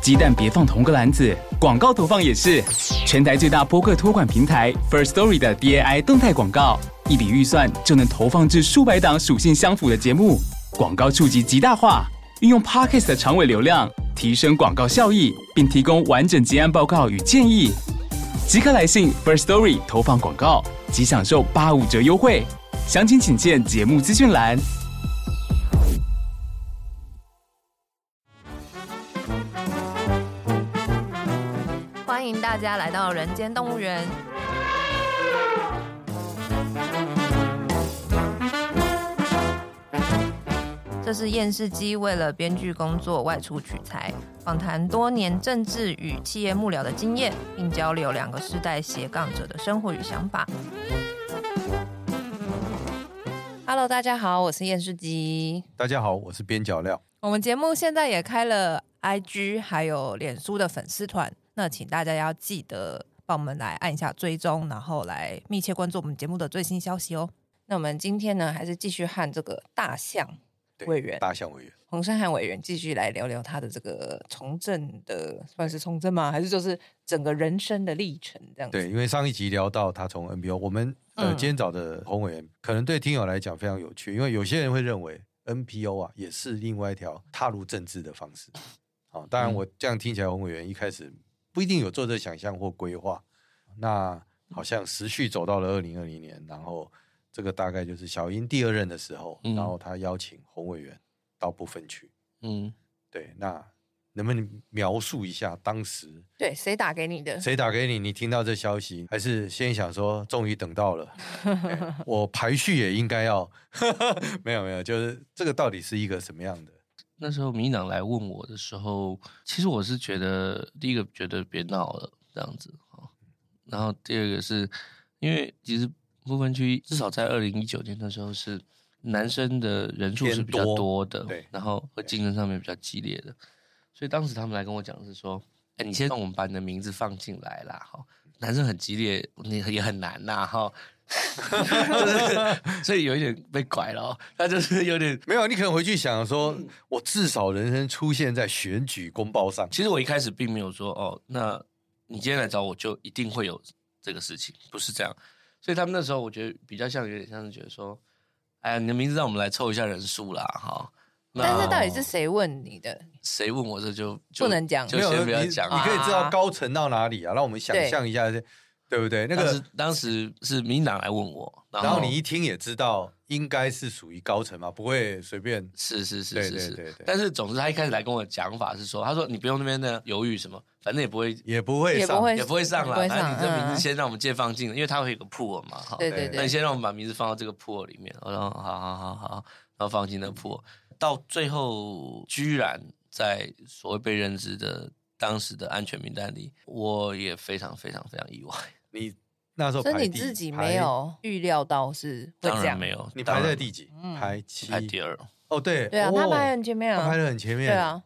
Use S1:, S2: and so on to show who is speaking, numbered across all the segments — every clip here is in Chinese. S1: 鸡蛋别放同个篮子，广告投放也是。全台最大播客托管平台 First Story 的 DAI 动态广告，一笔预算就能投放至数百档属性相符的节目，广告触及极大化，运用 Podcast 的长尾流量，提升广告效益，并提供完整结案报告与建议。即刻来信 First Story 投放广告，即享受八五折优惠。详情请见节目资讯栏。
S2: 欢迎大家来到人间动物园。这是验视机为了编剧工作外出取材，访谈多年政治与企业幕僚的经验，并交流两个世代斜杠者的生活与想法。Hello，大家好，我是验视机。
S3: 大家好，我是边角料。
S2: 我们节目现在也开了 IG 还有脸书的粉丝团，那请大家要记得帮我们来按一下追踪，然后来密切关注我们节目的最新消息哦。那我们今天呢，还是继续和这个大象
S3: 对
S2: 委员
S3: 大象委员，
S2: 洪山汉委员继续来聊聊他的这个从政的，算是从政吗？还是就是整个人生的历程这样子？
S3: 对，因为上一集聊到他从 NPO，我们呃、
S2: 嗯
S3: 今天找的洪委员，可能对听友来讲非常有趣，因为有些人会认为 NPO 啊也是另外一条踏入政治的方 式。哦，当然
S2: 嗯
S3: 我这样听起来，洪委员一开始不一定有做这想象或规划，那好像持续走到了二零二零年，然后这个大概就是小英第二任的时候，
S4: 嗯
S3: 然后他邀请洪委员到部分去。
S4: 嗯，
S3: 对，那能不能描述一下当时
S2: 对，谁打给你的？
S3: 谁打给你？你听到这消息，还是先想说终于等到 了，哎我排序也应该要 没有没有，就是这个到底是一个什么样的？
S4: 那时候民进党来问我的时候，其实我是觉得第一个觉得别闹了这样子哦然后第二个是因为其实部分区至少在二零一九年的时候是男生的人数是比较
S3: 偏多
S4: 多的，
S3: 对
S4: 然后和竞争上面比较激烈的，所以当时他们来跟我讲是说，哎，你先让我们把你的名字放进来啦，哈，男生很激烈，你也很难呐，哈。 就是，所以有一点被拐了、哦，他就是有点
S3: 没有，你可能回去想说，
S2: 嗯
S3: 我至少人生出现在选举公报上，
S4: 其实我一开始并没有说哦，那你今天来找我就一定会有这个事情，不是这样。所以他们那时候我觉得比较像，有点像是觉得说，哎呀，你的名字让我们来凑一下人数啦，哈。那
S2: 但是到底是谁问你的？
S4: 谁问我这就就
S2: 不能讲
S4: 就
S3: 没有
S4: 先不要
S3: 你
S4: 讲
S3: 你
S4: 啊。
S3: 可以知道
S2: 啊
S3: 高层到哪里啊？让我们想
S2: 对
S3: 象一下，对不对？那
S4: 当
S3: 个
S4: 时，当时是民进党来问我，然
S3: 然
S2: 哦
S3: 后你一听也知道，应该是属于高层嘛，不会随便。
S4: 是是是
S3: 对
S4: 是
S3: 对
S4: 是
S3: 对对
S4: 但是总之他一开始来跟我讲法是说，他说你不用那边的犹豫什么，反正也不会
S3: 也不会
S2: 也不
S3: 上，
S2: 会
S4: 也不会上
S2: 不
S4: 啦，
S2: 会
S4: 反正你
S2: 上
S4: 这名
S2: 嗯
S4: 字先让我们借放进，因为它会有个 pool 嘛，哈。
S2: 对对
S3: 哦对
S4: 那
S2: 对，
S4: 你先让我们把名字放到这个 pool 里面，我说好好好好，然后放进那个 pool，到最后居然在所谓被认知的当时的安全名单里，我也非常非常非常意外，
S3: 你那时候
S2: 所以
S3: 排
S2: 你
S3: 第
S2: 自己
S3: 排
S2: 没有预料到是会这
S4: 当然
S2: 样
S4: 没。有，
S3: 你
S4: 当
S3: 排
S4: 然
S3: 在第几
S2: 嗯？
S3: 排七，
S4: 排第二，
S3: 哦，对，
S2: 对啊，他
S3: 哦
S2: 排很前面
S3: 他
S2: 啊
S3: 排，的很前面，
S2: 对，啊，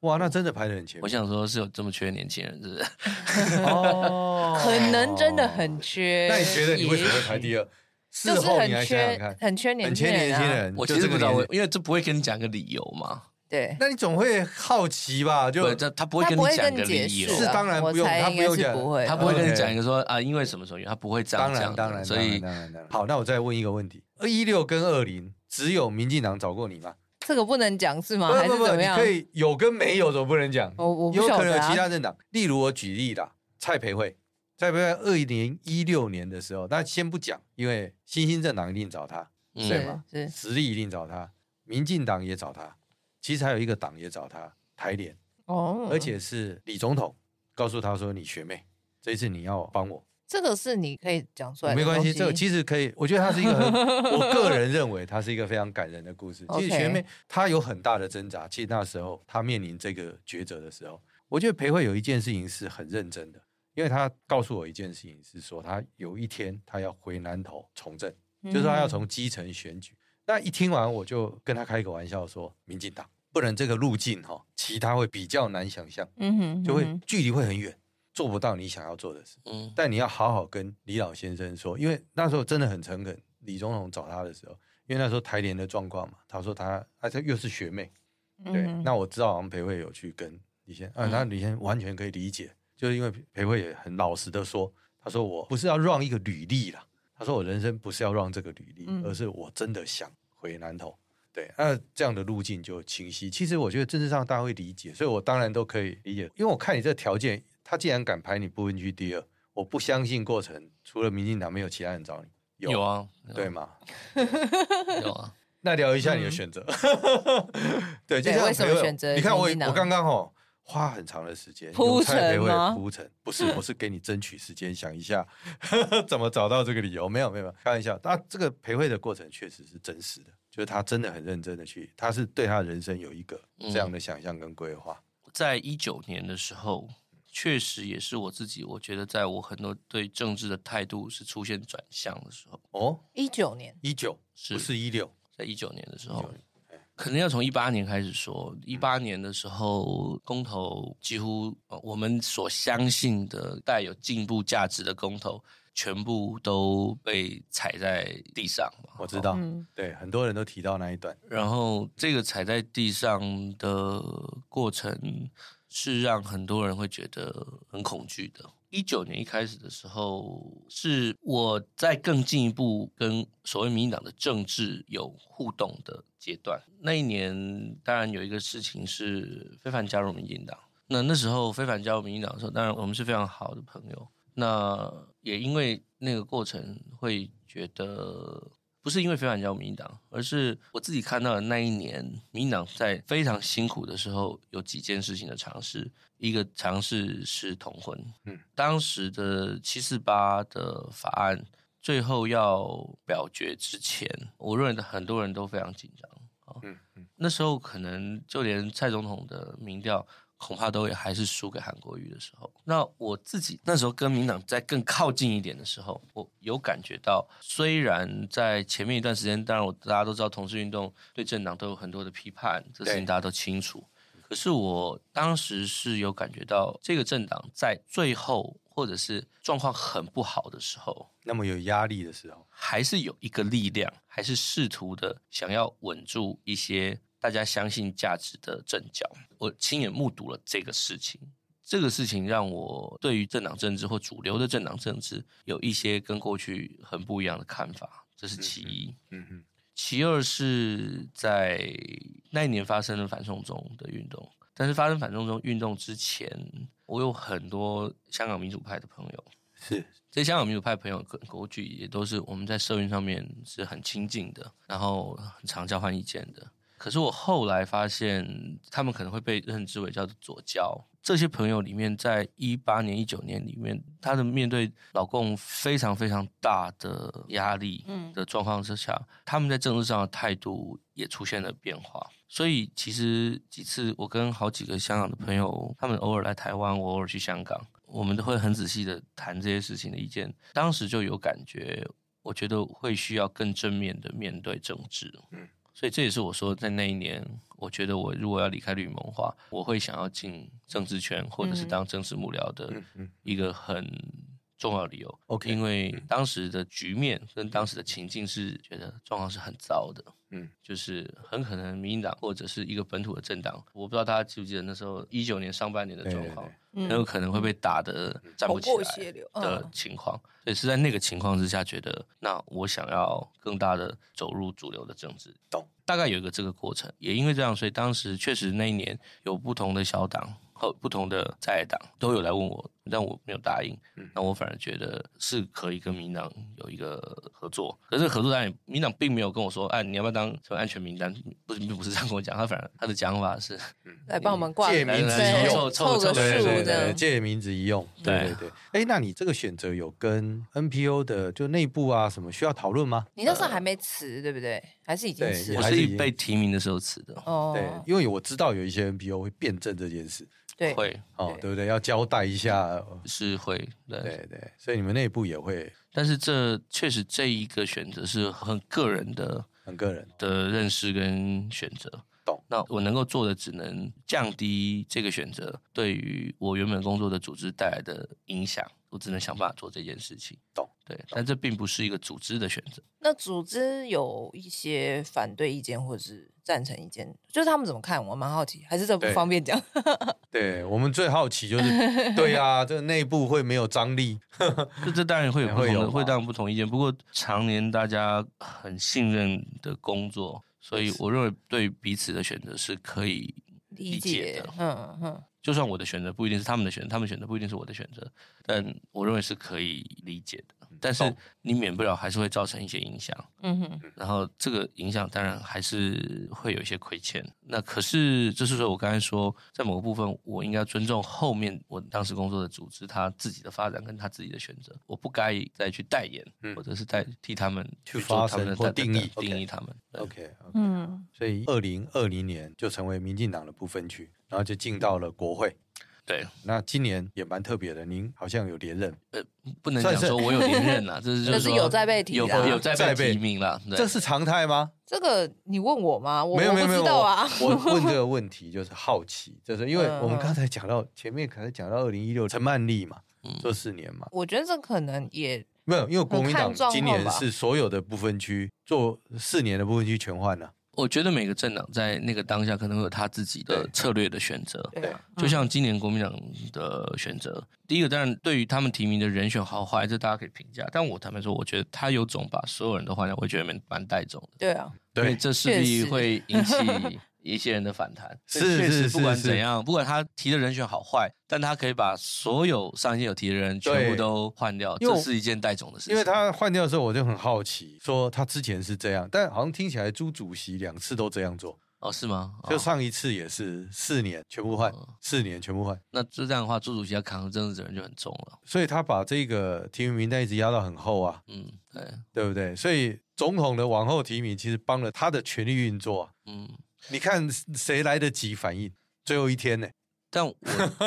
S3: 哇，那真的排的很前
S4: 我
S3: 面，
S4: 想说是有这么缺年轻人，是不是？
S3: 哦
S2: 可能真的很缺。
S3: 那你觉得你为什么会排
S2: 也许？
S3: 第二？事
S2: 就是
S3: 后
S2: 很
S3: 你来想想
S2: 缺
S3: 看，
S2: 很缺年
S3: 很
S2: 轻
S3: 缺
S2: 人、
S3: 年
S2: 啊，
S3: 轻人，嗯
S4: 我
S3: 就
S4: 其实
S3: 这
S4: 不
S3: 个
S4: 知道
S3: 年
S4: 为
S3: 纪，，
S4: 因为这不会跟你讲个理由嘛，
S2: 对。
S3: 那你总会好奇吧？就
S4: 对，这他不会
S2: 他
S4: 跟
S2: 不会
S4: 讲
S2: 跟
S4: 个
S2: 你解
S4: 理由
S2: 释、
S3: 是
S2: 啊，
S3: 当然
S2: 我
S3: 不用
S2: 猜
S3: 他
S2: 应
S3: 不
S2: 该
S3: 用
S2: 是
S3: 讲
S2: 不会，
S4: 他不会跟你
S3: OK
S4: 讲一个说啊，因为什么什么原因，他不会这样
S3: 当
S4: 讲
S3: 然
S4: 的，
S3: 当然，
S4: 所以
S3: 当然当然当然好，那我再问一个问题：一六跟二零只有民进党找过你吗？
S2: 这个不能讲是吗？
S3: 不
S2: 哦还
S3: 不
S2: 是
S3: 不，
S2: 怎么
S3: 你
S2: 样
S3: 可？以有跟没有，怎么不能讲？
S2: 我我不
S3: 有
S2: 晓
S3: 可能
S2: 得
S3: 有其
S2: 啊。
S3: 他政党，例如我举例啦，蔡培慧，蔡培慧二零一六年的时候，那先不讲，因为新兴政党一定找他，
S4: 嗯
S3: 对
S2: 是
S3: 嘛
S2: 是，
S3: 实力一定找他，民进党也找他，其实还有一个党也找他，台联，
S2: 哦，
S3: 而且是李总统告诉他说：“你学妹，这一次你要帮我，
S2: 这个是你可以讲出来的
S3: 没
S2: 东西，
S3: 关系。”这个其实可以，我觉得他是一个很，我个人认为他是一个非常感人的 故事。其实
S2: OK
S3: 学妹她有很大的挣扎，其实那时候她面临这个抉择的时候，我觉得裴慧有一件事情是很认真的，因为她告诉我一件事情是说，她有一天她要回南投从政。
S2: 嗯
S3: 就是他要从基层选举。那一听完，我就跟他开一个玩笑说，民进党不然这个路径哈、其他会比较难想象，
S2: 嗯哼，
S3: 就会
S2: 嗯
S3: 距离会很远，做不到你想要做的事。
S4: 嗯
S3: 但你要好好跟李老先生说，因为那时候真的很诚恳。李总统找他的时候，因为那时候台联的状况嘛，他说他，他这又是学妹，
S2: 哼
S3: 对，
S2: 嗯哼嗯
S3: 那我知道王培慧有去跟李先，啊，那李先完全可以理解，就是因为裴慧也很老实的说，他说我不是要让一个履历啦，他说我人生不是要让这个履历，
S2: 嗯
S3: 而是我真的想回南投。对，那这样的路径就清晰。其实我觉得政治上大家会理解，所以我当然都可以理解，因为我看你这条件，他既然敢排你不分区第二，我不相信过程除了民进党没有其他人找你，
S4: 有，啊，
S2: 嗯
S3: 对吗？
S4: 有啊，
S3: 那聊一下你的选择， 对，就
S2: 对
S3: 像
S2: 为什么
S3: 裴慧
S2: 选择
S3: 你看我
S2: 民进党
S3: 我刚刚哦，花很长的时间
S2: 铺陈
S3: 陪我
S2: 吗
S3: 铺陈，不是，我是给你争取时间想一下 怎么找到这个理由。没有，没有，没有开玩笑。那这个陪会的过程确实是真实的，就是他真的很认真的去，他是对他的人生有一个
S2: 嗯
S3: 这样的想象跟规划。
S4: 在一九年的时候，确实也是我自己，我觉得在我很多对政治的态度是出现转向的时候，
S3: 哦，
S2: 一九年，
S3: 一九
S4: 是
S3: 不是一六？
S4: 在一九年的时
S3: 19
S4: 候
S3: 年，哎
S4: 可能要从一八年开始说。一八年的时候，公投几乎呃我们所相信的带有进步价值的公投，全部都被踩在地上嘛。
S3: 我知道，
S2: 嗯
S3: 对，很多人都提到那一段。
S4: 然后这个踩在地上的过程是让很多人会觉得很恐惧的。一九年一开始的时候，是我在更进一步跟所谓民进党的政治有互动的阶段。那一年，当然有一个事情是非凡加入民进党。那那时候非凡加入民进党的时候，当然我们是非常好的朋友。那也因为那个过程，会觉得不是因为非凡加入民进党，而是我自己看到的那一年，民进党在非常辛苦的时候，有几件事情的尝试。一个尝试是同婚，
S3: 嗯
S4: 嗯，当时的七四八的法案最后要表决之前，我认为很多人都非常紧张。哦
S3: 嗯嗯，
S4: 那时候可能就连蔡总统的民调恐怕都也还是输给韩国瑜的时候。那我自己那时候跟民党在更靠近一点的时候，我有感觉到，虽然在前面一段时间，当然我大家都知道同志运动对政党都有很多的批判，这事情
S3: 对
S4: 大家都清楚。可是我当时是有感觉到，这个政党在最后或者是状况很不好的时候，
S3: 那么有压力的时候，
S4: 还是有一个力量，还是试图的想要稳住一些大家相信价值的阵脚。我亲眼目睹了这个事情，这个事情让我对于政党政治或主流的政党政治有一些跟过去很不一样的看法，这是其一。
S3: 嗯嗯，
S4: 其二是在那一年发生了反送中的运动，但是发生反送中运动之前，我有很多香港民主派的朋友，
S3: 是
S4: 这香港民主派朋友跟国剧也都是我们在社运上面是很亲近的，然后很常交换意见的。可是我后来发现，他们可能会被认知为叫做左交。这些朋友里面，在一八年、一九年里面，他的面对老共非常非常大的压力
S2: 嗯
S4: 的状况之下，他们在政治上的态度也出现了变化。所以，其实几次我跟好几个香港的朋友，他们偶尔来台湾，我偶尔去香港，我们都会很仔细的谈这些事情的意见。当时就有感觉，我觉得会需要更正面的面对政治。所以这也是我说，在那一年，我觉得我如果要离开绿盟的话，我会想要进政治圈或者是当政治幕僚的
S3: 嗯嗯
S4: 一个很重要的理由。
S3: OK，嗯
S4: 因为当时的局面跟当时的情境是觉得状况是很糟的。
S3: 嗯，
S4: 就是很可能民进党或者是一个本土的政党，我不知道大家记不记得那时候一九年上半年的
S3: 对
S4: 状
S3: 对
S4: 况
S3: 对，
S2: 嗯
S4: 很有可能会被打得站不起
S2: 头破血
S4: 来
S2: 流
S4: 的
S2: 嗯
S4: 情况，所以是在那个情况之下，觉得那我想要更大的走入主流的政治，
S3: 懂？
S4: 大概有一个这个过程，也因为这样，所以当时确实那一年有不同的小党和不同的在野党都有来问我，但我没有答应
S3: 嗯。
S4: 那我反而觉得是可以跟民党有一个合作，可是合作当然也，民党并没有跟我说，哎，你要不要当什么安全名单？不是，并不是这样跟我讲，他反而他的讲法是，
S2: 来帮我们挂
S3: 借
S2: 个
S3: 名字
S2: 对
S3: 用
S2: 凑个
S4: 凑个
S3: 对
S4: 数
S2: 数这
S3: 对对，
S2: 样。
S3: 借名字一用，对
S4: 对
S3: 对对。哎，那你这个选择有跟 NPO 的就内部啊什么需要讨论吗？
S2: 你那时候还没辞对不对？还是已经
S3: 对
S2: 辞
S3: 也
S4: 我
S2: 了？
S3: 还是已
S4: 是
S3: 经
S4: 被提名的时候辞的，
S3: 对
S2: 哦，，
S3: 因为我知道有一些 NPO 会辩证这件事，
S2: 对，
S4: 会
S3: 哦
S2: 对，嗯
S3: 对不对？要交代一下，呃
S4: 是会，对
S3: 对对，所以你们内部也会
S4: 但是这确实这一个选择是很个人的
S3: 很个人。
S4: 的认识跟选择。
S3: 懂，
S4: 那我能够做的只能降低这个选择对于我原本工作的组织带来的影响，我只能想办法做这件事情。
S3: 懂，
S4: 对，但这并不是一个组织的选择。
S2: 那组织有一些反对意见或者是赞成意见，就是他们怎么看，我蛮好奇，还是这不
S3: 对
S2: 方便讲。
S3: 对
S2: 嗯
S3: 我们最好奇就是，对啊，这个内部会没有张力，
S4: 这这当然会有不
S3: 会
S4: 同
S3: 有
S4: 的，
S3: 吧
S4: 会当然不同意见。不过常年大家很信任的工作，所以我认为对彼此的选择是可以
S2: 理
S4: 理解
S2: 解
S4: 的，
S2: 嗯嗯，
S4: 就算我的选择不一定是他们的选择，他们选择不一定是我的选择，但我认为是可以理解的。
S3: 嗯
S4: 但是
S3: 懂
S4: 你免不了还是会造成一些影响，
S2: 嗯哼，
S4: 然后这个影响当然还是会有一些亏欠。那可是就是说我刚才说，在某个部分，我应该尊重后面我当时工作的组织他自己的发展跟他自己的选择，我不该再去代言，
S3: 嗯
S4: 或者是代替他们
S3: 去
S4: 做他们的
S3: 发声或
S4: 代代
S3: 定义
S4: 代定
S3: OK
S4: 义他们。对
S3: OK，, o k
S2: 嗯，
S3: 所以二零二零年就成为民进党的不分区，然后就进到了国会。
S4: 对，
S3: 那今年也蛮特别的，您好像有连任，
S4: 不能
S3: 算
S4: 讲
S3: 是
S4: 说我有连任啊啦，这是就
S2: 但
S4: 是
S2: 是
S4: 说
S2: 有在被提啊
S4: 有
S2: 啦
S4: 有在
S3: 在
S4: 被
S3: 被
S4: 提名啦，对
S3: 这是常态吗？
S2: 这个你问我吗？我
S3: 没有
S2: 我
S3: 没有
S2: 不
S3: 没有，
S2: 知道啊。
S3: 我 我问这个问题就是好奇，就是因为
S2: 嗯
S3: 我们
S2: 嗯
S3: 刚才讲到前面，可能讲到二零一六陈曼丽嘛，
S4: 嗯
S3: 做四年嘛，
S2: 我觉得这可能也
S3: 没有，因为国民
S2: 看
S3: 党
S2: 状
S3: 今
S2: 况
S3: 年
S2: 吧
S3: 是所有的不分区做四年的不分区全换了、
S4: 我觉得每个政党在那个当下可能会有他自己的
S3: 对
S4: 策略的选择，
S2: 对啊，
S3: 嗯
S4: 就像今年国民党的选择，第一个当然对于他们提名的人选好坏，这大家可以评价。但我坦白说，我觉得他有种把所有人都换掉，我觉得蛮蛮带种的，
S2: 对啊，
S4: 因为
S3: 对，
S4: 这势
S2: 确
S4: 必
S2: 实
S4: 会引起一些人的反 弹。所以
S3: 是
S4: 确
S3: 是是
S4: 实不管
S3: 是
S4: 怎样，不管他提的人选好坏，但他可以把所有上一届有提的人全部
S3: 对
S4: 都换掉，
S3: 因为
S4: 这
S3: 我
S4: 是一件带种的事情。
S3: 因为他换掉的时候，我就很好奇，说他之前是这样，但好像听起来朱主席两次都这样做，
S4: 哦是吗？
S3: 就
S4: 哦
S3: 上一次也是四年全部换
S4: 哦，
S3: 四年全部换，
S4: 那就这样的话，朱主席要扛的政治责任就很重了。
S3: 所以他把这个提名名单一直压到很厚啊，
S4: 嗯，对，
S3: 对不对？所以总统的往后提名其实帮了他的权力运作、啊。
S4: 嗯。
S3: 你看谁来得及反应？最后一天呢、
S4: 但我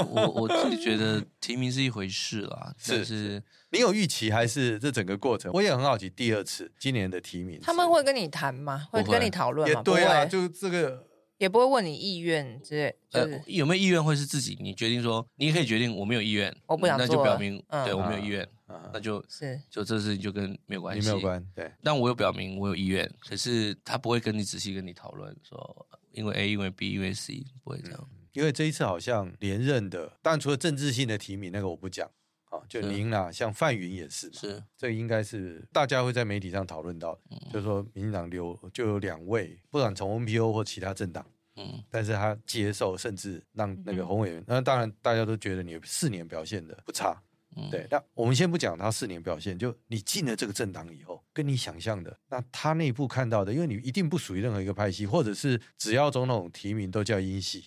S4: 我我自己 觉得提名是一回事啦，
S3: 是
S4: 但是
S3: 你有预期还是这整个过程？我也很好奇。第二次今年的提名是，
S2: 他们会跟你谈吗？会
S4: 不
S2: 跟
S4: 会
S2: 你讨论
S3: 也
S2: 吗？不
S3: 对啊，
S2: 会，
S3: 就这个
S2: 也不会问你意愿之类，就
S4: 呃
S2: 是
S4: 有没有意愿会是自己你决定说，你也可以决定我没有意愿，
S2: 我不想
S4: 那就
S2: 做
S4: 表
S2: 了
S4: 明、
S2: 嗯
S4: 对我没有
S3: 啊
S4: 意愿，
S3: 啊
S4: 那，就是就这事情就跟没有关
S3: 你
S4: 系，
S3: 没有关对，
S4: 但我有表明我有意愿，可是他不会跟你仔细跟你讨论说因为 A 因为 B 因为 C 不会这样，
S3: 因为这一次好像连任的，但除了政治性的提名那个我不讲啊，就是您啦，像范云也是嘛，
S4: 是嗯
S3: 这应该是大家会在媒体上讨论到的，就是说民进党留就有两位，不管从 NPO 或其他政党。
S4: 嗯
S3: 但是他接受，甚至让那
S2: 嗯
S3: 个
S2: 哼
S3: 洪委员，那当然大家都觉得你四年表现的不差，
S4: 嗯
S3: 对。那我们先不讲他四年表现，就你进了这个政党以后，跟你想象的，那他内部看到的，因为你一定不属于任何一个派系，或者是只要总统提名都叫英系，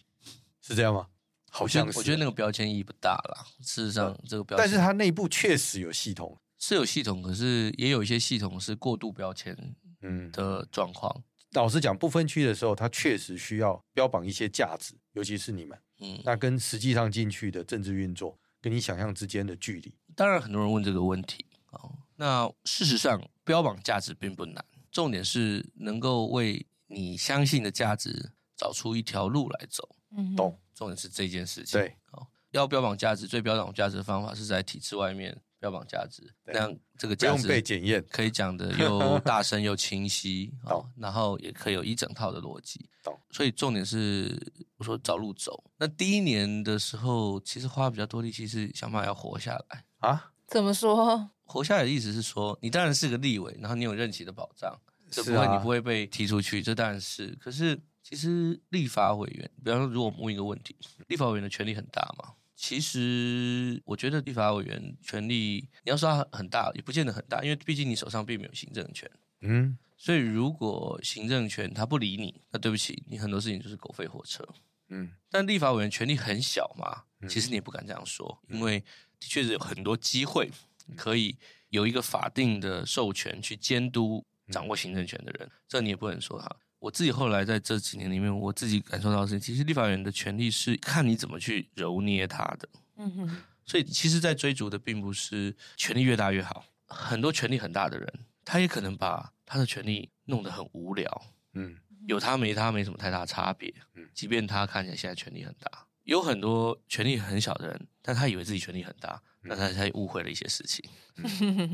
S3: 是这样吗？好
S4: 我觉
S3: 像
S4: 得
S3: 是，
S4: 我觉得那个标签意义不大啦。事实上，这个标签
S3: 但是他内部确实有系统，
S4: 是有系统，可是也有一些系统是过度标签
S3: 嗯，
S4: 的状况。
S3: 老实讲，不分区的时候，他确实需要标榜一些价值，尤其是你们，
S4: 嗯，
S3: 那跟实际上进去的政治运作，跟你想象之间的距离。
S4: 当然，很多人问这个问题哦。那事实上，标榜价值并不难，重点是能够为你相信的价值找出一条路来走。
S2: 嗯
S3: 懂
S4: 重点是这件事情。
S3: 对，
S4: 哦，要标榜价值，最标榜价值的方法是在体制外面标榜价值，
S3: 对
S4: 那样这个
S3: 不
S4: 价
S3: 用被
S4: 值
S3: 检验，
S4: 可以讲的又大声又清晰，哦
S3: 懂，
S4: 然后也可以有一整套的逻辑。
S3: 懂。
S4: 所以重点是我说找路走。那第一年的时候，其实花比较多力气是想办法要活下来。
S3: 啊，
S2: 怎么说？
S4: 活下来的意思是说，你当然是个立委，然后你有任期的保障，这不
S3: 是
S4: 会、
S3: 啊
S4: 你不会被踢出去，这当然是。可是其实立法委员，比方说，如果我们问一个问题，立法委员的权力很大嘛？其实我觉得立法委员权力，你要说他很大，也不见得很大，因为毕竟你手上并没有行政权。
S3: 嗯，
S4: 所以如果行政权他不理你，那对不起，你很多事情就是狗吠火车。
S3: 嗯，
S4: 但立法委员权力很小嘛，
S3: 嗯
S4: 其实你也不敢这样说，因为的确是有很多机会可以有一个法定的授权去监督掌握行政权的人，这你也不能说哈。我自己后来在这几年里面，我自己感受到的是，其实立法委员的权利是看你怎么去揉捏他的，
S2: 嗯哼，
S4: 所以其实，在追逐的并不是权力越大越好，很多权力很大的人，他也可能把他的权力弄得很无聊，
S3: 嗯，
S4: 有他没他没什么太大差别
S3: 嗯。
S4: 即便他看起来现在权力很大，有很多权力很小的人，但他以为自己权力很大，那他他误会了一些事情。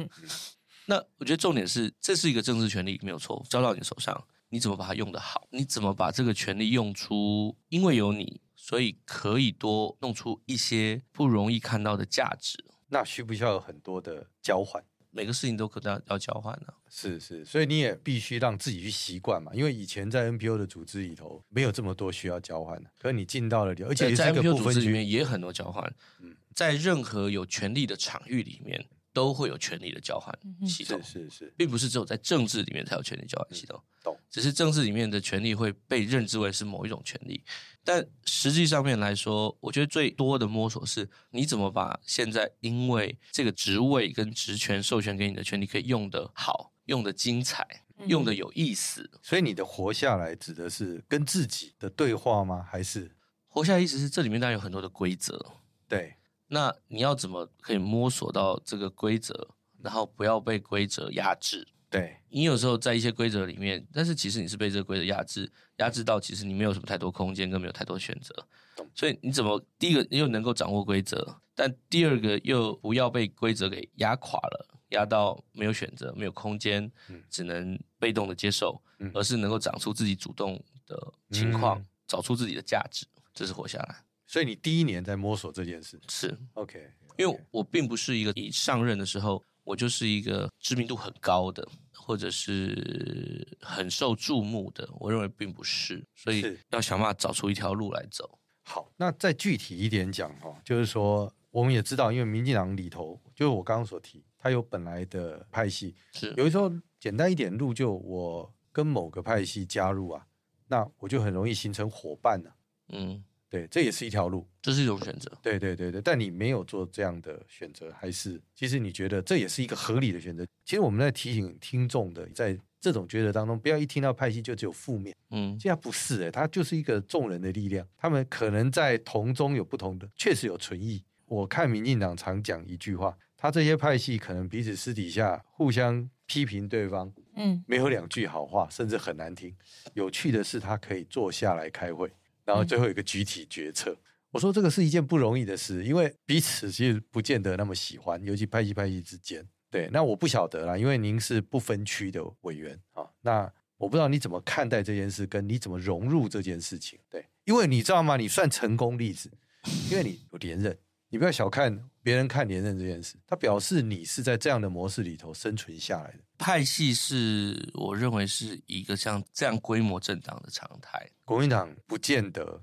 S4: 那我觉得重点是，这是一个政治权利，没有错，交到你手上，你怎么把它用得好？你怎么把这个权利用出？因为有你，所以可以多弄出一些不容易看到的价值。
S3: 那需不需要有很多的交换？
S4: 每个事情都可能要交换啊的、
S3: 是是，所以你也必须让自己去习惯嘛，因为以前在 NPO 的组织里头没有这么多需要交换的，可是你进到了里头，而且
S4: 在
S3: 也是
S4: 在
S3: 一个
S4: NPO
S3: 不
S4: 组
S3: 分
S4: 织里
S3: 区，
S4: 面也很多交换
S3: 嗯，
S4: 在任何有权力的场域里面，都会有权力的交换
S2: 嗯哼
S4: 系统
S3: 是。是是，
S4: 并不是只有在政治里面才有权力交换系统，
S3: 懂
S4: 只是政治里面的权利会被认知为是某一种权利，但实际上面来说，我觉得最多的摸索是你怎么把现在因为这个职位跟职权授权给你的权利可以用得好、用得精彩、用得有意思。
S3: 所以你的活下来指的是跟自己的对话吗？还是
S4: 活下来意思是这里面当然有很多的规则，
S3: 对
S4: 那你要怎么可以摸索到这个规则，然后不要被规则压制？
S3: 对
S4: 你有时候在一些规则里面，但是其实你是被这个规则压制，压制到其实你没有什么太多空间，跟没有太多选择
S3: 懂。
S4: 所以你怎么第一个又能够掌握规则，但第二个又不要被规则给压垮了，压到没有选择、没有空间
S3: 嗯，
S4: 只能被动的接受，
S3: 嗯
S4: 而是能够长出自己主动的情况，
S3: 嗯
S4: 找出自己的价值，这是活下来。
S3: 所以你第一年在摸索这件事
S4: 是
S3: ，OK，
S4: 因为我并不是一个一上任的时候，我就是一个知名度很高的，或者是很受注目的，我认为并不是，所以
S3: 是
S4: 要想办法找出一条路来走。
S3: 好，那再具体一点讲哈、哦，就是说我们也知道，因为民进党里头，就是我刚刚所提，它有本来的派系，
S4: 是
S3: 有的时候简单一点入就我跟某个派系加入啊，那我就很容易形成伙伴了、
S4: 嗯，
S3: 对，这也是一条路。
S4: 这是一种选择。
S3: 对对对对，但你没有做这样的选择，还是其实你觉得这也是一个合理的选择。其实我们在提醒听众的，在这种抉择当中，不要一听到派系就只有负面，
S4: 嗯，
S3: 这它不是诶、欸它就是一个众人的力量。他们可能在同中有不同的，确实有存异。我看民进党常讲一句话，他这些派系可能彼此私底下互相批评对方，
S2: 嗯
S3: 没有两句好话，甚至很难听。有趣的是，他可以坐下来开会，然后最后有一个集体决策。我说这个是一件不容易的事，因为彼此其实不见得那么喜欢，尤其派系派系之间。对，那我不晓得啦，因为您是不分区的委员啊，那我不知道你怎么看待这件事，跟你怎么融入这件事情。对，因为你知道吗？你算成功例子，因为你有连任，你不要小看别人看连任这件事，他表示你是在这样的模式里头生存下来的。
S4: 派系是我认为是一个像这样规模政党的常态。
S3: 国民党不见 得，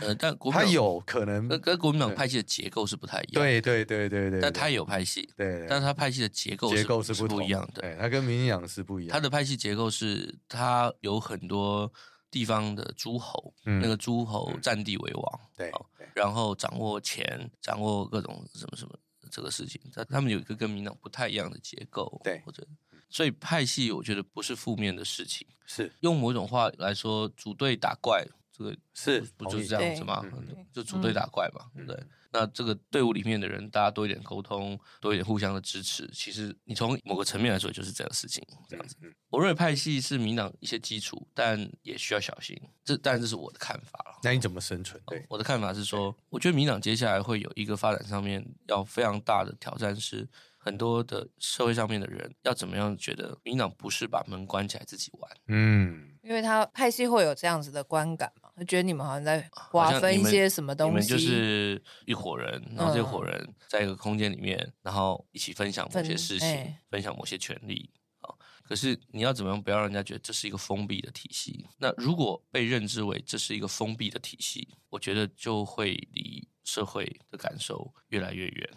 S4: 呃，但国民
S3: 他
S4: 党
S3: 有可能，
S4: 跟跟国民党派系的结构是不太一样。，
S3: 对对对对对，
S4: 但他
S3: 有，
S4: 有派系，
S3: 对，
S4: 但是他派系的结构
S3: 结构
S4: 是
S3: 不
S4: 不
S3: 同
S4: 一样的。
S3: 对，他跟民进党是不一样，
S4: 它的派系结构是它有很多地方的诸侯，
S3: 嗯
S4: 那个诸侯占地为王，
S3: 对
S4: 哦
S3: 对
S4: 然后掌握钱，掌握各种什么什么这个事情，他他们有一个跟民党不太一样的结构，
S3: 对
S4: 或者所以派系我觉得不是负面的事情，
S3: 是
S4: 用某种话来说，组队打怪这个
S3: 是
S4: 不不就
S3: 同
S4: 是
S3: 意
S4: 这样子
S2: 对
S4: 吗
S3: 嗯？
S2: 对
S4: 就组队打怪嘛，对
S3: 嗯
S4: 不对？那这个队伍里面的人，大家多一点沟通，多一点互相的支持，其实你从某个层面来说，就是这样的事情，这样子。
S3: 嗯
S4: 我认为派系是民党一些基础，但也需要小心。这当然这是我的看法了。
S3: 那你怎么生存？
S4: 哦
S3: 对，
S4: 我的看法是说，我觉得民党接下来会有一个发展上面要非常大的挑战是。很多的社会上面的人要怎么样觉得民党不是把门关起来自己玩，
S3: 嗯，
S2: 因为他派系会有这样子的观感嘛，就觉得你们好像
S3: 啊
S2: 在
S4: 好
S2: 划
S4: 像
S2: 分
S4: 你
S2: 一
S4: 们
S2: 些什么
S4: 你
S2: 东
S4: 们
S2: 西，
S4: 就是一伙人，然后这一
S2: 嗯
S4: 伙人在一个空间里面，然后一起分享某些
S2: 分
S4: 事情，
S2: 哎
S4: 分享某些权利。好，可是你要怎么样不要让人家觉得这是一个封闭的体系？那如果被认知为这是一个封闭的体系，我觉得就会离社会的感受越来越远。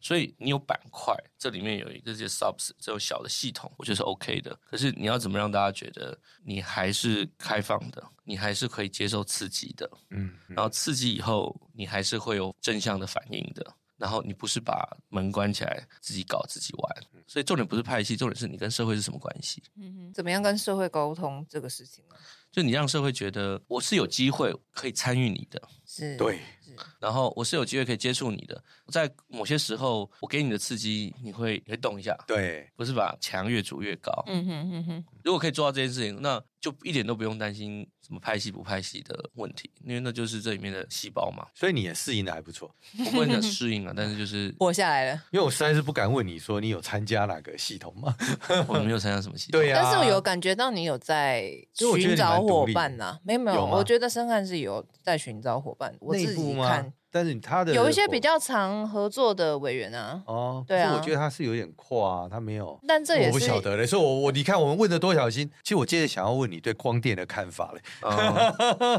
S4: 所以你有板块，这里面有一个这些 subs 这种小的系统，我觉得是 OK 的。可是你要怎么让大家觉得你还是开放的，你还是可以接受刺激的，
S3: 嗯嗯
S4: 然后刺激以后，你还是会有正向的反应的。然后你不是把门关起来，自己搞自己玩，所以重点不是派系，重点是你跟社会是什么关系。
S2: 嗯哼怎么样跟社会沟通这个事情呢？啊
S4: 就你让社会觉得我是有机会可以参与你的，
S2: 是，
S3: 对，
S2: 是，
S4: 然后我是有机会可以接触你的，在某些时候我给你的刺激，你会你会动一下，
S3: 对，
S4: 不是把墙越筑越高。
S2: 嗯哼哼哼，
S4: 如果可以做到这件事情，那就一点都不用担心什么拍戏不拍戏的问题，因为那就是这里面的细胞嘛。
S3: 所以你也适应的还不错。
S4: 我不能讲适应啊，但是就是
S2: 活下来了。
S3: 因为我实在是不敢问你说你有参加哪个系统吗？
S4: 我没有参加什么戏。
S3: 对呀、啊
S2: 但是我有感觉到你有在
S3: 因为我觉
S2: 寻
S3: 得你蛮
S2: 找
S3: 独
S2: 伙
S3: 立
S2: 伴呐、没有没有，
S3: 有吗
S2: 我觉得深汉是有在寻找伙伴。我
S3: 内
S2: 自
S3: 部
S2: 己
S3: 吗
S2: 看？
S3: 但是他的
S2: 有一些比较常合作的委员啊，
S3: 哦，
S2: 对啊
S3: 可是我觉得他是有点跨、啊，他没有。
S2: 但这也
S3: 我不
S2: 是
S3: 晓得嘞，所以我我你看我们问的多小心，其实我接着想要问你对光电的看法嘞，哦
S4: 嗯，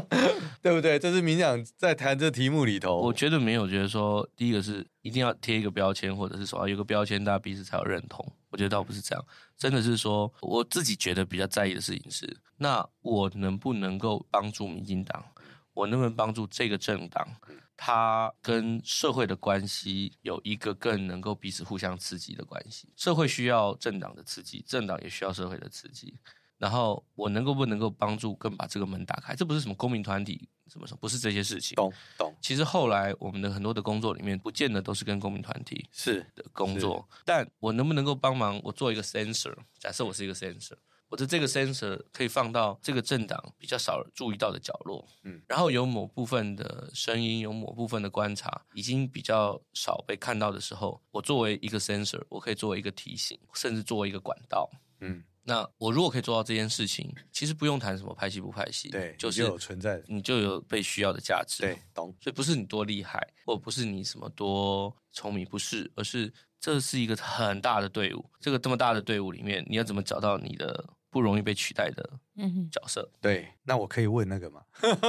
S3: 对不对？这是明讲在谈这题目里头，
S4: 我觉得没有，觉得说第一个是一定要贴一个标签，或者是说啊有个标签，大家彼此才有认同。我觉得倒不是这样，真的是说我自己觉得比较在意的事情是，那我能不能够帮助民进党？我能不能帮助这个政党？它跟社会的关系有一个更能够彼此互相刺激的关系。社会需要政党的刺激，政党也需要社会的刺激。然后我能够不能够帮助更把这个门打开？这不是什么公民团体，什么什么，不是这些事情。
S3: 懂懂
S4: 其实后来我们的很多的工作里面，不见得都是跟公民团体
S3: 是
S4: 的工作，但我能不能够帮忙？我做一个 sensor，假设我是一个 sensor，我的这
S3: 嗯
S4: 个 sensor 可以放到这个政党比较少注意到的角落，
S3: 嗯
S4: 嗯，然后有某部分的声音，有某部分的观察已经比较少被看到的时候，我作为一个 sensor，我可以作为一个提醒，甚至作为一个管道。
S3: 嗯，
S4: 那我如果可以做到这件事情，其实不用谈什么拍戏不拍戏，
S3: 对，
S4: 就
S3: 你
S4: 是
S3: 有存在的，
S4: 你就有被需要的价值，
S3: 对，懂
S4: 所以不是你多厉害，或不是你什么多聪明，不是，而是这是一个很大的队伍，这个这么大的队伍里面，你要怎么找到你的不容易被取代的
S2: 嗯哼，
S4: 角色？
S3: 对。那我可以问那个吗？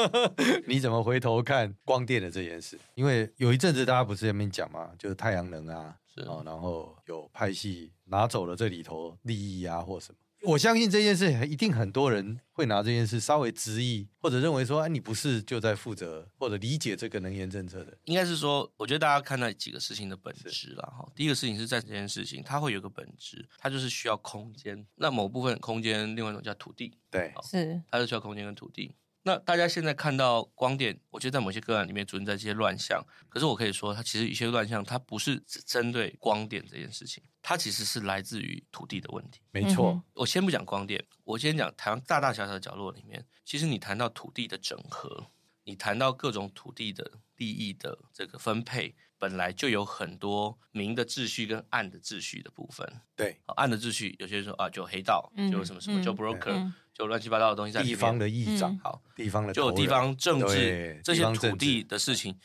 S3: 你怎么回头看光电的这件事？因为有一阵子大家不是在那边讲嘛，就是太阳能啊，
S4: 是
S3: 哦，然后有派系拿走了这里头利益啊或什么。我相信这件事一定很多人会拿这件事稍微质疑，或者认为说，哎、你不是就在负责或者理解这个能源政策的，
S4: 应该是说，我觉得大家看待几个事情的本质啦。哈，第一个事情是在这件事情，它会有个本质，它就是需要空间。那某部分空间，另外一种叫土地，
S3: 对，
S2: 是
S4: 它是需要空间跟土地。那大家现在看到光电，我觉得在某些个案里面存在这些乱象，可是我可以说，它其实一些乱象，它不是只针对光电这件事情，它其实是来自于土地的问题。
S3: 没错，
S2: 嗯
S4: 我先不讲光电，我先讲台湾大大小小的角落里面，其实你谈到土地的整合，你谈到各种土地的利益的这个分配，本来就有很多明的秩序跟暗的秩序的部分。
S3: 对，
S4: 好暗的秩序，有些人说啊，就黑道，
S2: 嗯
S4: 就什么什么，
S2: 嗯
S4: 就 broker，、
S2: 嗯
S4: 就乱七八糟的东西在里
S3: 地
S4: 面
S3: 方的议长，
S2: 嗯
S4: 好，
S3: 地方的
S4: 就有
S3: 头人
S4: 地方政
S3: 对
S4: 治这
S3: 地
S4: 些
S3: 方
S4: 土
S3: 政治
S4: 地的事情，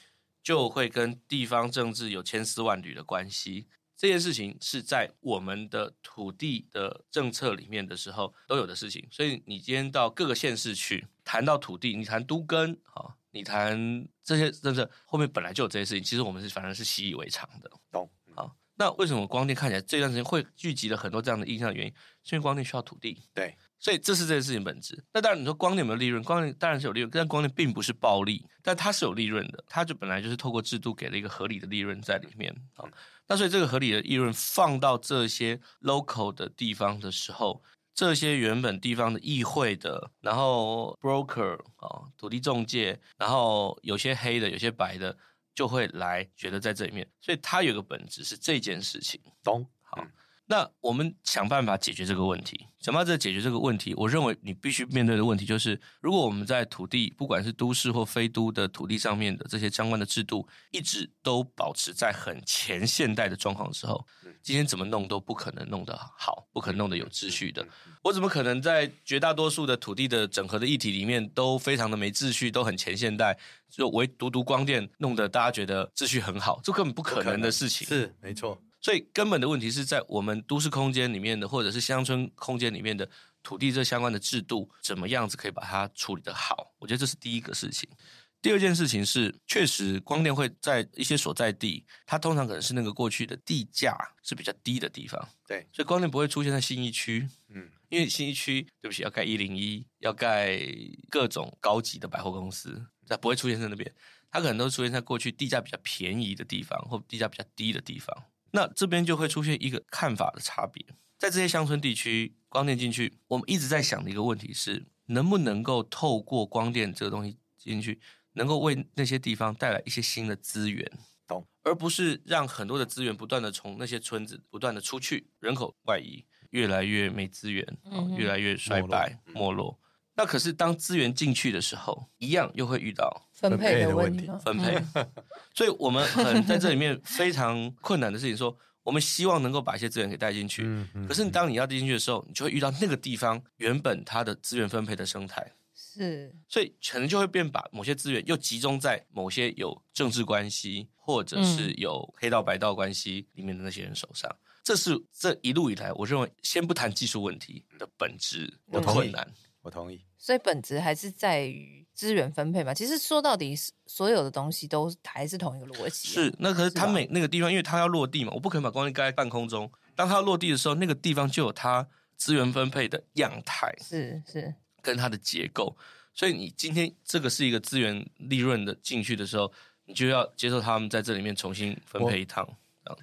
S4: 就会跟地方政治有千丝万缕的关系。这件事情是在我们的土地的政策里面的时候都有的事情，所以你今天到各个县市去谈到土地，你谈都跟啊，你谈这些政策后面本来就有这些事情，其实我们是反而是习以为常的。
S3: 懂，
S4: 好，那为什么光电看起来这段时间会聚集了很多这样的印象的原因？是因为光电需要土地，
S3: 对，
S4: 所以这是这件事情本质。那当然，你说光电有没有利润？光电当然是有利润，但光电并不是暴利，但它是有利润的，它就本来就是透过制度给了一个合理的利润在里面啊。那所以这个合理的利润放到这些 local 的地方的时候，这些原本地方的议会的，然后 broker 啊、土地中介，然后有些黑的，有些白的，就会来觉得在这里面，所以它有个本质是这件事情。
S3: 懂，
S4: 那我们想办法解决这个问题，想办法解决这个问题。我认为你必须面对的问题就是，如果我们在土地，不管是都市或非都的土地上面的这些相关的制度，一直都保持在很前现代的状况的时候
S3: 嗯，
S4: 今天怎么弄都不可能弄得好，不可能弄得有秩序的
S3: 嗯。
S4: 我怎么可能在绝大多数的土地的整合的议题里面都非常的没秩序，都很前现代，就唯独独光电弄得大家觉得秩序很好，这根本不可能的事情。
S3: 是没错，
S4: 所以根本的问题是在我们都市空间里面的，或者是乡村空间里面的土地这相关的制度，怎么样子可以把它处理得好？我觉得这是第一个事情。第二件事情是，确实光电会在一些所在地，它通常可能是那个过去的地价是比较低的地方，
S3: 对，
S4: 所以光电不会出现在信义区，
S3: 嗯，
S4: 因为新一区，对不起，要盖一零一，要盖各种高级的百货公司，它不会出现在那边，它可能都出现在过去地价比较便宜的地方或地价比较低的地方。那这边就会出现一个看法的差别，在这些乡村地区，光电进去，我们一直在想的一个问题是，能不能够透过光电这个东西进去，能够为那些地方带来一些新的资源，
S3: 懂？
S4: 而不是让很多的资源不断的从那些村子不断的出去，人口外移，越来越没资源，哦
S2: 嗯哼
S4: 越来越衰败
S3: 没落嗯
S4: 没落。那可是当资源进去的时候，一样又会遇到
S3: 分
S5: 分
S3: 配
S5: 配
S3: 的
S5: 的
S3: 问
S5: 问
S3: 题
S5: 题吗，
S4: 分
S2: 嗯
S4: 配， 所以我们很在这里面非常困难的事情说，我们希望能够把一些资源给带进去，
S3: 嗯嗯
S4: 可是当你要进去的时候，你就会遇到那个地方原本它的资源分配的生态，
S2: 是
S4: 所以可能就会变把某些资源又集中在某些有政治关系或者是有黑道白道关系里面的那些人手上。这是这一路以来，我认为先不谈技术问题的本质
S3: 我
S4: 的
S3: 同意
S4: 困难，
S3: 我同意，
S5: 所以本质还是在于资源分配嘛。其实说到底，是所有的东西都是还是同一个逻辑啊、
S4: 是那可是
S5: 是吧
S4: 它每那个地方，因为它要落地嘛，我不可能把光力盖在半空中。当它要落地的时候，那个地方就有它资源分配的样态。
S5: 是是，
S4: 跟它的结构。所以你今天这个是一个资源利润的进去的时候，你就要接受他们在这里面重新分配一趟。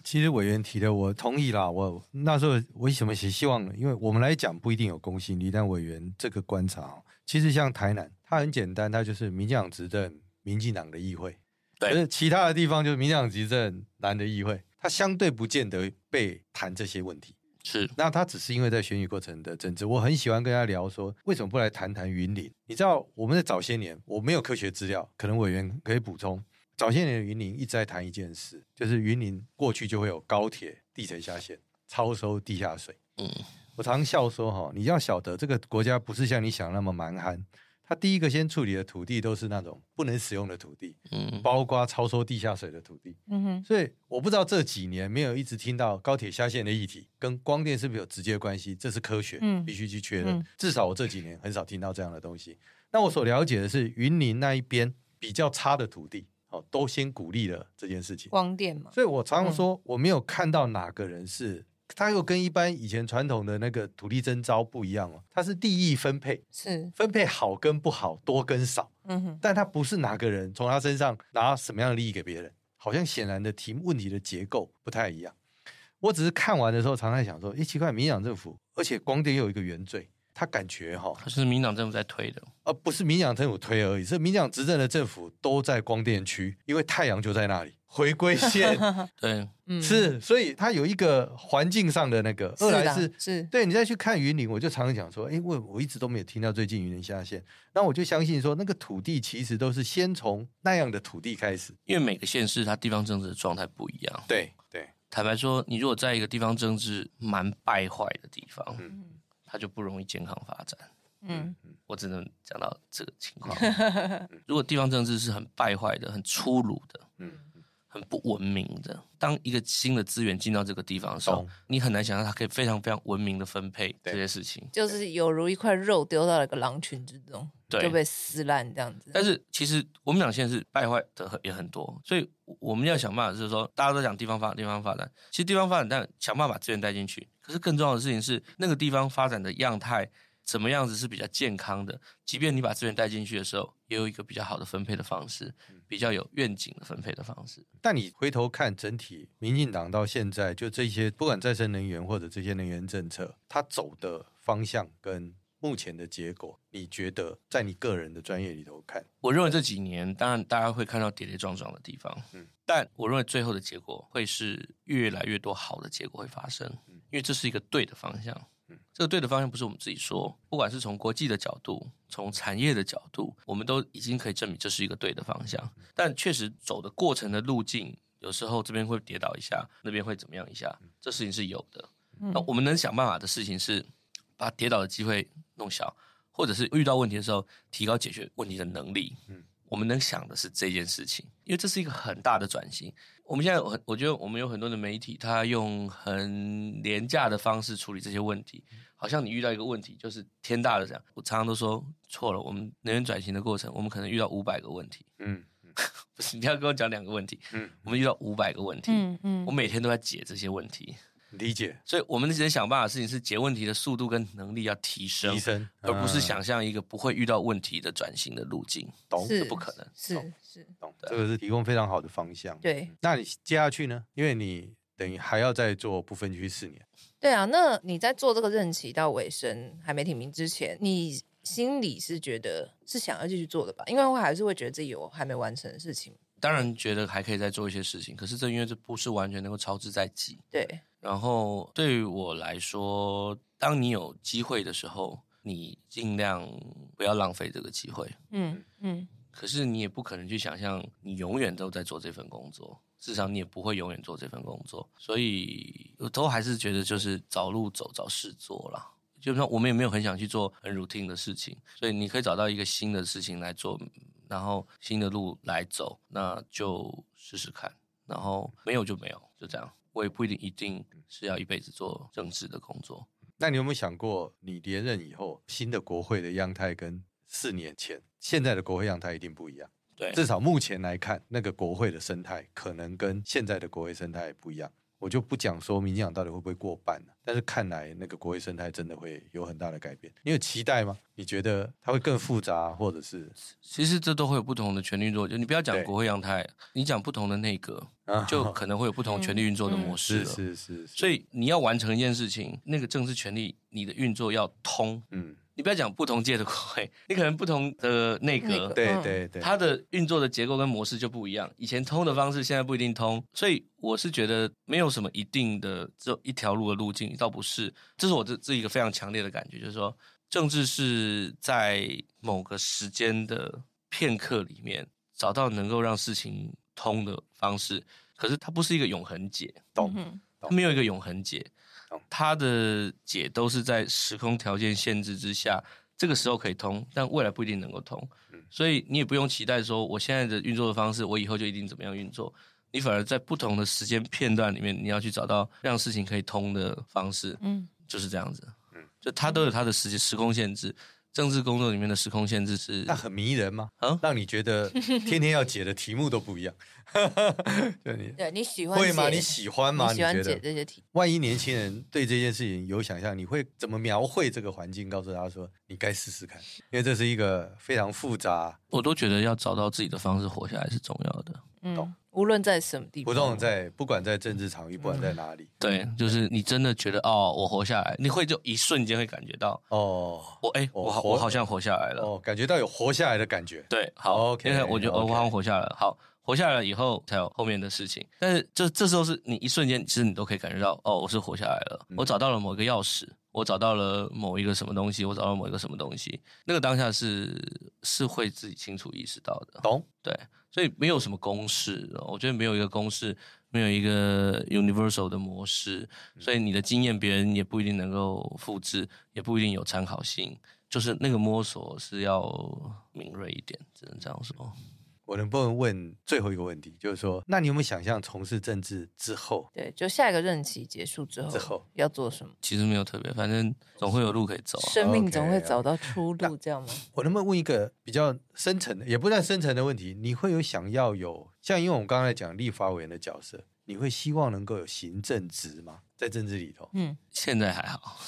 S3: 其实委员提的我同意啦。我那时候为什么希希望呢？因为我们来讲不一定有公信力，但委员这个观察哦，其实像台南，它很简单，它就是民进党执政，民进党的议会。
S4: 对
S3: 可是其他的地方就是民进党执政，蓝的议会，它相对不见得被谈这些问题。
S4: 是
S3: 那他只是因为在选举过程的政治，我很喜欢跟他聊说，为什么不来谈谈云林？你知道我们在早些年，我没有科学资料，可能委员可以补充。早些年的云林一直在谈一件事，就是云林过去就会有高铁地层下陷，超收地下水。
S4: 嗯
S3: 我常笑说哈，你要晓得这个国家不是像你想那么蛮憨，他第一个先处理的土地都是那种不能使用的土地，
S4: 嗯，
S3: 包括超收地下水的土地。
S5: 嗯哼，
S3: 所以我不知道这几年没有一直听到高铁下线的议题跟光电是不是有直接关系，这是科学，
S5: 嗯
S3: 必须去确认。
S5: 嗯
S3: 至少我这几年很少听到这样的东西。那我所了解的是，云林那一边比较差的土地，哦，都先鼓励了这件事情。
S5: 光电嘛，
S3: 所以我
S5: 嗯
S3: 常常说，我没有看到哪个人是。他又跟一般以前传统的那个土地征招不一样哦，它是利益分配，
S5: 是，
S3: 分配好跟不好，多跟少。
S5: 嗯哼，
S3: 但他不是哪个人从他身上拿什么样的利益给别人，好像显然的题问题的结构不太一样。我只是看完的时候，常常想说，诶，奇怪，民进党政府，而且光电又有一个原罪，他感觉哈、
S4: 它是民党政府在推的。
S3: 而不是民进党政府推而已，是民进党执政的政府都在光电区，因为太阳就在那里，回归线
S4: 对，
S5: 嗯，
S3: 是，所以它有一个环境上的那个，二来
S5: 的
S3: 是
S5: 是，
S3: 对你再去看云林，我就常常讲说，哎，我我一直都没有听到最近云林下线，那我就相信说，那个土地其实都是先从那样的土地开始。
S4: 因为每个县市它地方政治的状态不一样。
S3: 对对，
S4: 坦白说，你如果在一个地方政治蛮败坏的地方，
S3: 嗯
S4: 它就不容易健康发展。
S5: 嗯，
S4: 我只能讲到这个情况。嗯如果地方政治是很败坏的、很粗鲁的、
S3: 嗯
S4: 很不文明的，当一个新的资源进到这个地方的时候
S3: 懂，
S4: 你很难想象它可以非常非常文明的分配
S3: 对
S4: 这些事情。
S5: 就是有如一块肉丢到了一个狼群之中，
S4: 对
S5: 就被撕烂这样子。
S4: 但是其实我们两县是败坏的很也很多，所以我们要想办法，就是说大家都讲地方发展，地方发展，其实地方发展，但想办法把资源带进去。可是更重要的事情是，那个地方发展的样态怎么样子是比较健康的，即便你把资源带进去的时候，也有一个比较好的分配的方式，比较有愿景的分配的方式。
S3: 但你回头看整体，民进党到现在就这些，不管再生能源或者这些能源政策，它走的方向跟目前的结果，你觉得在你个人的专业里头看，
S4: 我认为这几年，当然大家会看到跌跌撞撞的地方，
S3: 嗯
S4: 但我认为最后的结果会是越来越多好的结果会发生，
S3: 嗯
S4: 因为这是一个对的方向
S3: 嗯。
S4: 这个对的方向不是我们自己说，不管是从国际的角度，从产业的角度，我们都已经可以证明这是一个对的方向。
S3: 嗯
S4: 但确实走的过程的路径，有时候这边会跌倒一下，那边会怎么样一下，
S3: 嗯
S4: 这事情是有的。
S5: 嗯
S4: 那我们能想办法的事情是把跌倒的机会弄小，或者是遇到问题的时候提高解决问题的能力。
S3: 嗯
S4: 嗯，我们能想的是这件事情，因为这是一个很大的转型。我们现在有很，我觉得我们有很多的媒体，他用很廉价的方式处理这些问题，好像你遇到一个问题就是天大的这样。我常常都说错了，我们能源转型的过程，我们可能遇到五百个问题，
S3: 嗯
S4: 不是你要跟我讲两个问题，
S3: 嗯，
S4: 我们遇到五百个问题，
S5: 嗯嗯
S4: 我每天都在解这些问题。
S3: 理解
S4: 所以我们只能想办法的事情是解问题的速度跟能力要提升，
S3: 提升，
S4: 而不是
S3: 嗯
S4: 想象一个不会遇到问题的转型的路径。
S3: 懂
S5: 是
S4: 这不可能
S5: 是是，
S3: 懂，这个是提供非常好的方向。
S5: 对
S3: 那你接下去呢？因为你等于还要再做不分区四年，
S5: 对啊。那你在做这个任期到尾声还没停名之前，你心里是觉得是想要继续做的吧，因为我还是会觉得自己有还没完成的事情。
S4: 当然觉得还可以再做一些事情，可是这因为这不是完全能够操之在即。
S5: 对，
S4: 然后对于我来说，当你有机会的时候，你尽量不要浪费这个机会。
S5: 嗯嗯，
S4: 可是你也不可能去想象你永远都在做这份工作，至少你也不会永远做这份工作，所以我都还是觉得就是找路走，找事做啦。就是说，我们也没有很想去做很 routine 的事情，所以你可以找到一个新的事情来做，然后新的路来走，那就试试看。然后没有就没有，就这样。我也不一定一定是要一辈子做政治的工作。
S3: 那你有没有想过，你连任以后，新的国会的样态跟四年前现在的国会样态一定不一样？
S4: 对，
S3: 至少目前来看，那个国会的生态可能跟现在的国会生态不一样。我就不讲说民进党到底会不会过半了、但是看来那个国会生态真的会有很大的改变。你有期待吗？你觉得它会更复杂，或者是
S4: 其实这都会有不同的权力运作。就你不要讲
S3: 对
S4: 国会样态，你讲不同的内阁，
S3: 啊
S4: 就可能会有不同权力运作的模
S3: 是
S4: 式了。
S3: 是是，
S4: 所
S3: 以
S4: 以你要完成一件事情，那个政治权利，你的运作要通。
S3: 嗯，
S4: 你不要讲不同界的国会，你可能不同的内
S5: 内
S4: 阁
S5: 阁，
S3: 对
S5: 嗯
S3: 对对，
S4: 它的运作的结构跟模式就不一样。以前通的方式，现在不一定通。所以我是觉得没有什么一定的只有一条路的路径，倒不是。这是我这这一个非常强烈的感觉，就是说政治是在某个时间的片刻里面找到能够让事情通的方式，可是它不是一个永恒解。
S3: 懂
S5: 嗯
S3: 懂
S4: 它没有一个永恒解
S3: 懂，
S4: 它的解都是在时空条件限制之下，这个时候可以通，但未来不一定能够通
S3: 嗯。
S4: 所以你也不用期待说我现在的运作的方式，我以后就一定怎么样运作。你反而在不同的时间片段里面，你要去找到让事情可以通的方式，
S5: 嗯
S4: 就是这样子
S3: 嗯。
S4: 就它都有它的时间时空限制，政治工作里面的时空限制是
S3: 那很迷人吗？
S4: 啊
S3: 让你觉得天天要解的题目都不一样， 就你
S5: 对你喜欢
S3: 会吗？
S5: 解
S3: 你喜欢吗？
S5: 你喜欢
S3: 觉
S5: 解
S3: 得
S5: 这些题？
S3: 万一年轻人对这件事情有想象，你会怎么描绘这个环境？告诉他说，你该试试看，因为这是一个非常复杂，
S4: 我都觉得要找到自己的方式活下来是重要的。
S5: 嗯，无论在什么地
S3: 不
S5: 方，
S3: 动在不管在政治场域，不
S5: 嗯
S3: 管在哪里。
S4: 对，就是你真的觉得哦，我活下来，你会就一瞬间会感觉到
S3: 哦
S4: 我哎、我
S3: 我
S4: 好
S3: 活
S4: 我好像活下来了。
S3: 哦，感觉到有活下来的感觉。
S4: 对，好
S3: OK，
S4: 因为我觉得
S3: OK
S4: 我好像活下来了。好，活下来了以后才有后面的事情。但是这这时候是你一瞬间，其实你都可以感觉到，哦，我是活下来了，
S3: 嗯
S4: 我找到了某一个钥匙，我找到了某一个什么东西，我找到了某一个什么东西。那个当下是是会自己清楚意识到的。
S3: 懂，
S4: 对，所以没有什么公式，我觉得没有一个公式，没有一个 universal 的模式，所以你的经验别人也不一定能够复制，也不一定有参考性，就是那个摸索是要敏锐一点，只能这样说。
S3: 我能不能问最后一个问题？就是说，那你有没有想象从事政治之后？
S5: 对，就下一个任期结束之后，
S3: 之后
S5: 要做什么？
S4: 其实没有特别，反正总会有路可以走啊、
S5: 生命
S3: OK，
S5: 总会
S3: OK 啊
S5: 找到出路，这样吗？
S3: 我能不能问一个比较深层的，也不算深层的问题？你会有想要有像，因为我们刚才讲立法委员的角色，你会希望能够有行政职吗？在政治里头，
S5: 嗯，
S4: 现在还好，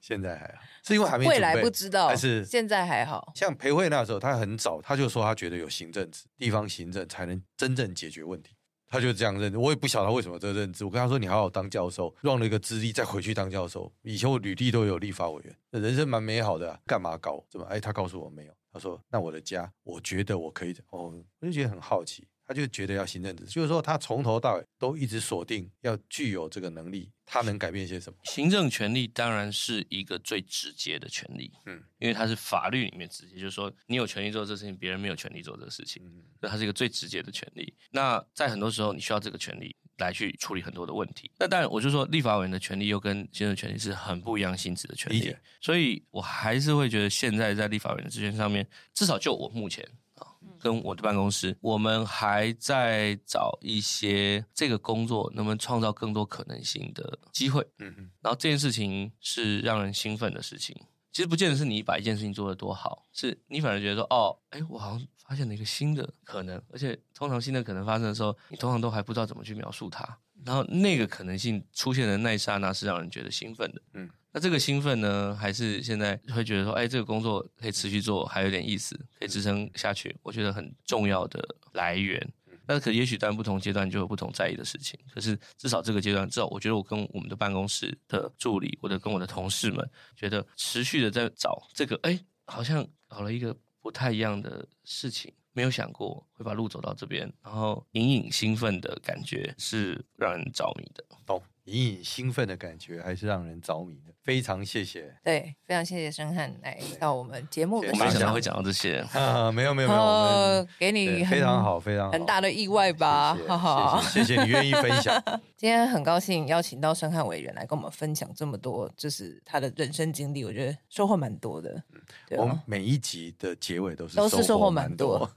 S3: 现在还好，是因为还没
S5: 未
S3: 准
S5: 来
S3: 备
S5: 不知道，
S3: 还是
S5: 现在还好。
S3: 像裴慧那时候，他很早他就说他觉得有行政职，地方行政才能真正解决问题。他就这样认，我也不晓得他为什么这个认知。我跟他说：“你好好当教授，让了一个资历，再回去当教授。以前我履历都有立法委员，人生蛮美好的、啊，干嘛搞？怎么？哎，他告诉我没有。他说：那我的家，我觉得我可以。哦，我就觉得很好奇，他就觉得要行政职，就是说他从头到尾都一直锁定要具有这个能力，他能改变些什么？
S4: 行政权力当然是一个最直接的权利，
S3: 嗯
S4: 嗯，因为它是法律里面直接，就是说你有权利做这事情，别人没有权利做这个事情。
S3: 嗯，
S4: 所以它是一个最直接的权利。那在很多时候，你需要这个权利来去处理很多的问题。那当然，我就说立法委员的权利又跟行政权利是很不一样性质的权
S3: 理
S4: 利
S3: 解，
S4: 所以我还是会觉得现在在立法委员的职权上面，至少就我目前。啊，跟我的办公室，我们还在找一些这个工作能不能创造更多可能性的机会。
S3: 嗯嗯
S4: 然后这件事情是让人兴奋的事情。其实不见得是你把一件事情做得多好，是你反而觉得说，哦，哎，我好像发现了一个新的可能，而且通常新的可能发生的时候，你通常都还不知道怎么去描述它。然后那个可能性出现的那一刹那是让人觉得兴奋的，
S3: 嗯
S4: 嗯，那这个兴奋呢，还是现在会觉得说，哎，这个工作可以持续做，还有点意思，可以支撑下去，我觉得很重要的来源。那可也许在不同阶段就有不同在意的事情。可是至少这个阶段，至少我觉得我跟我们的办公室的助理，我的跟我的同事们，觉得持续的在找这个，哎，好像搞了一个不太一样的事情。没有想过会把路走到这边，然后隐隐兴奋的感觉是让人着迷的。
S3: 懂，隐隐兴奋的感觉还是让人着迷的。非常谢谢。
S2: 对，非常谢谢申翰来到我们节目
S3: 谢
S2: 的
S3: 谢
S4: 我
S2: 现
S4: 没想
S2: 场
S4: 到会讲到这些，
S3: 啊，没有没有没有，我
S2: 哦
S3: 们，
S2: 给你
S3: 对
S2: 很
S3: 非常好，非常好
S2: 很大的意外吧，
S3: 谢谢
S2: 哈哈。
S3: 谢谢谢谢你愿意分享。
S2: 今天很高兴邀请到申翰委员来跟我们分享这么多，就是他的人生经历，我觉得收获蛮多的。 对
S3: 我们
S2: 啊，
S3: 每一集的结尾都是
S2: 都是收获蛮多，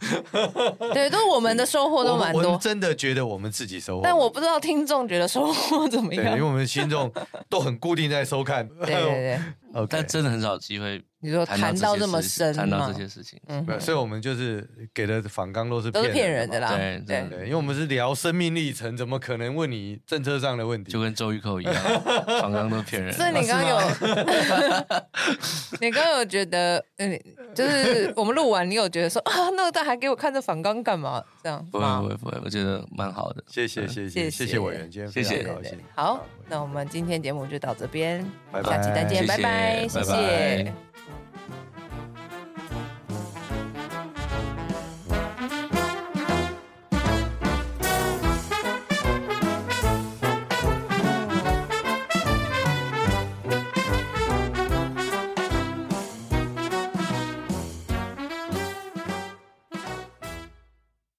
S2: 对，都我们的收获
S3: 我
S2: 都
S3: 们
S2: 蛮
S3: 我们
S2: 多，
S3: 真的觉得我们自己收获蛮
S2: 但
S3: 多，
S2: 我不知道听众觉得收获怎么
S3: 对， 因为
S2: 样。
S3: 我们的听众都很固定在收看。对
S2: 对对对，
S3: OK，
S4: 但真的很少有机会
S2: 你说谈到
S4: 这
S2: 这么深
S4: 谈到
S2: 吗
S4: 这？些事情。
S2: 嗯
S3: 没有所以我们就是给的反纲都是
S2: 都是骗人
S3: 人
S2: 的
S3: 嘛
S2: 啦。
S4: 对
S2: 对
S4: 真的
S3: 对，因为我们是聊生命历程，怎么可能问你政策上的问题
S4: 就？跟周玉蔻一 样，常常都骗人。
S2: 所以你刚刚有， 你刚刚有觉得，嗯，就是我们录完，你有觉得说啊，那大还给我看这反纲干嘛？这样
S4: 不 会
S2: 吗
S4: 不会不会，我觉得蛮好的。嗯
S3: 谢谢谢
S2: 谢
S3: 谢
S2: 谢
S3: 谢谢委员，今天非
S4: 谢
S3: 常
S4: 谢
S3: 高
S2: 对
S3: 兴。
S2: 好，那我们今天节目就到这边，
S3: 拜
S2: 下期再
S3: 拜
S2: 见，
S4: 谢
S2: 拜拜，
S4: 谢
S2: 谢
S4: 拜拜
S2: 谢。